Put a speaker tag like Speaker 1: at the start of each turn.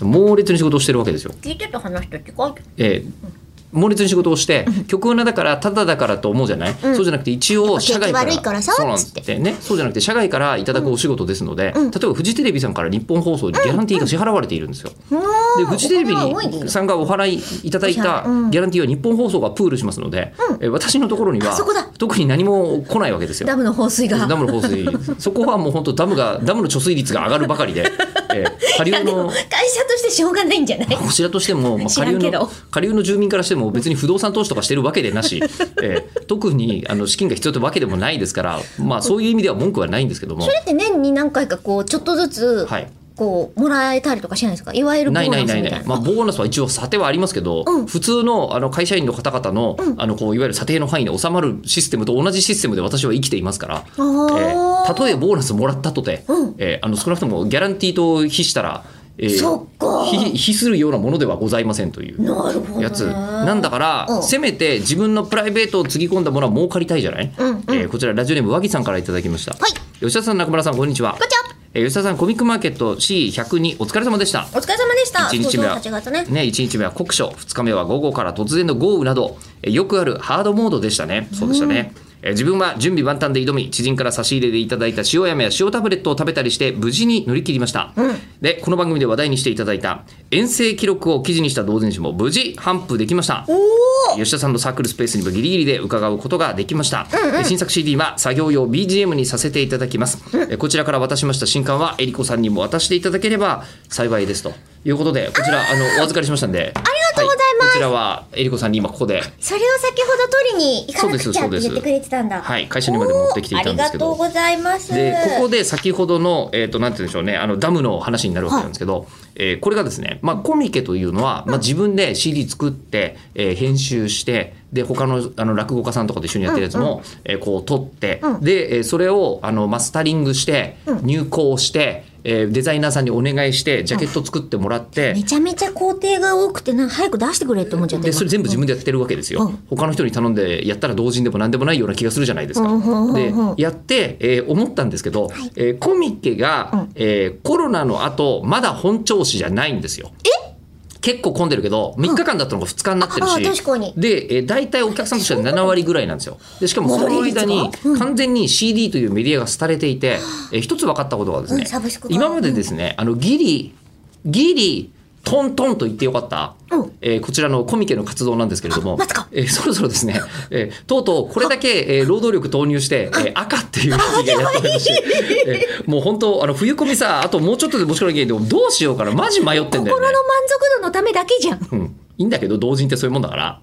Speaker 1: 猛烈に仕事をしてるわけですよ。
Speaker 2: 聞いてた話と違う
Speaker 1: えー猛烈に仕事をして曲穴だからただだからと思うじゃない、そうじゃなくて一応社外から
Speaker 2: 景気悪いからさ
Speaker 1: そうなん
Speaker 2: つって
Speaker 1: でねそうじゃなくて社外からいただくお仕事ですので、
Speaker 2: うん
Speaker 1: 例えばフジテレビさんから日本放送にギャランティーが支払われているんですよ。でフジテレビ
Speaker 2: お金は多いですよ
Speaker 1: にさんがお払いいただいたギャランティーは日本放送がプールしますので、えー私のところに
Speaker 2: あ
Speaker 1: は
Speaker 2: そこだ
Speaker 1: 特に何も来ないわけですよ。
Speaker 2: ダムの放水が
Speaker 1: ダムの放水そこはもう本当ダムがダムの貯水率が上がるばかりで、 えー下
Speaker 2: い
Speaker 1: 流
Speaker 2: やでも
Speaker 1: の
Speaker 2: 会社としてしょうがないんじゃない
Speaker 1: こちらとしても、まあ、
Speaker 2: 知
Speaker 1: 下
Speaker 2: ら
Speaker 1: 流
Speaker 2: んけ
Speaker 1: の
Speaker 2: ど
Speaker 1: 下流の住民からしても別に不動産投資とかしてるわけでなし、 えー特にあの資金が必要ってわけでもないですから、まあ、そういう意味では文句はないんですけども
Speaker 2: そ。れって年に何回かこうちょっとずつ
Speaker 1: はい
Speaker 2: こうもらえたりとかしないですかいわゆるボ
Speaker 1: な
Speaker 2: ー
Speaker 1: い
Speaker 2: ナ
Speaker 1: な
Speaker 2: ス
Speaker 1: い
Speaker 2: みた
Speaker 1: ないい
Speaker 2: な
Speaker 1: ない、まあ、ボーナスは一応査定はありますけど、
Speaker 2: うん
Speaker 1: 普通のあの会社員の方々の,、あのこういわゆる査定の範囲に収まるシステムと同じシステムで私は生きていますから、え
Speaker 2: ー
Speaker 1: ーたとえボーナスもらったとて、
Speaker 2: うん
Speaker 1: えーあの少なくともギャランティーと比したら、えー
Speaker 2: そっか
Speaker 1: 比比するようなものではございませんという。
Speaker 2: なるほどね
Speaker 1: やつなんだから、
Speaker 2: うん
Speaker 1: せめて自分のプライベートをつぎ込んだものは儲かりたいじゃない、
Speaker 2: うんうん
Speaker 1: えーこちらラジオネーム和木さんからいただきました、
Speaker 2: はい
Speaker 1: 吉田さん中村さんこんにちは
Speaker 2: こんにちは
Speaker 1: えー吉田さんコミックマーケット C102 お疲れ様でした
Speaker 2: お疲れ様でした
Speaker 1: 一日目は
Speaker 2: そうそう8月ね
Speaker 1: ね、1日目は酷暑2日目は午後から突然の豪雨などえよくあるハードモードでしたねそうでしたね、え自分は準備万端で挑み知人から差し入れでいただいた塩やめや塩タブレットを食べたりして無事に乗り切りました、でこの番組で話題にしていただいた遠征記録を記事にした同人誌も無事頒布できました吉田さんのサークルスペースにもギリギリで伺うことができました、え新作 CD は作業用 BGM にさせていただきます、えこちらから渡しました新刊はえりこさんにも渡していただければ幸いですということでこちらあのお預かりしましたんであり
Speaker 2: がとうございます
Speaker 1: こちらはえりこさんに今ここで
Speaker 2: それを先ほど取りに行かなくちゃ
Speaker 1: そ
Speaker 2: っ
Speaker 1: う
Speaker 2: て
Speaker 1: です
Speaker 2: 言
Speaker 1: そうです
Speaker 2: ってくれてたんだ
Speaker 1: はい会社にまで持ってきていたんですけど
Speaker 2: おーありがとうございます
Speaker 1: でここで先ほどの、えー、となんて言うんでしょうねあのダムの話になるわけなんですけど、えーこれがですね、まあ、コミケというのは、まあ、自分で CD 作って、えー編集してで他のあの落語家さんとかと一緒にやってるやつも、えーこう撮って、で、えーそれをあのマスタリングして入稿して、えーデザイナーさんにお願いしてジャケット作ってもらって、
Speaker 2: めちゃめちゃ工程が多くてな早く出してくれって思っちゃって
Speaker 1: でそれ全部自分でやってるわけですよ、
Speaker 2: うん
Speaker 1: 他の人に頼んでやったら同人でも何でもないような気がするじゃないですか、
Speaker 2: うんうんうんうん
Speaker 1: でやって、えー思ったんですけど、えーコミケが、えーコロナの後まだ本調子じゃないんですよ結構混んでるけど3日間だったのが2日になってるし、
Speaker 2: ああ確かに
Speaker 1: で、えー、大体お客さんとしては7割ぐらいなんですよでしかもその間に完全に CD というメディアが廃れていて、えー一つ分かったことはですね、
Speaker 2: うんサブスクが
Speaker 1: 今までですねあのギリギリトントンと言ってよかった、
Speaker 2: うん
Speaker 1: えーこちらのコミケの活動なんですけれども
Speaker 2: あマジか、
Speaker 1: えーそろそろですね、えーとうとうこれだけ、えー労働力投入して、えー赤っていう時がやっておりまして、えーもう本当あの冬コミさあともうちょっとでもしかしたらいけないけどどうしようかなマジ迷ってんだよね
Speaker 2: 心の満足度のためだけじゃん
Speaker 1: うん、いいんだけど同人ってそういうもんだから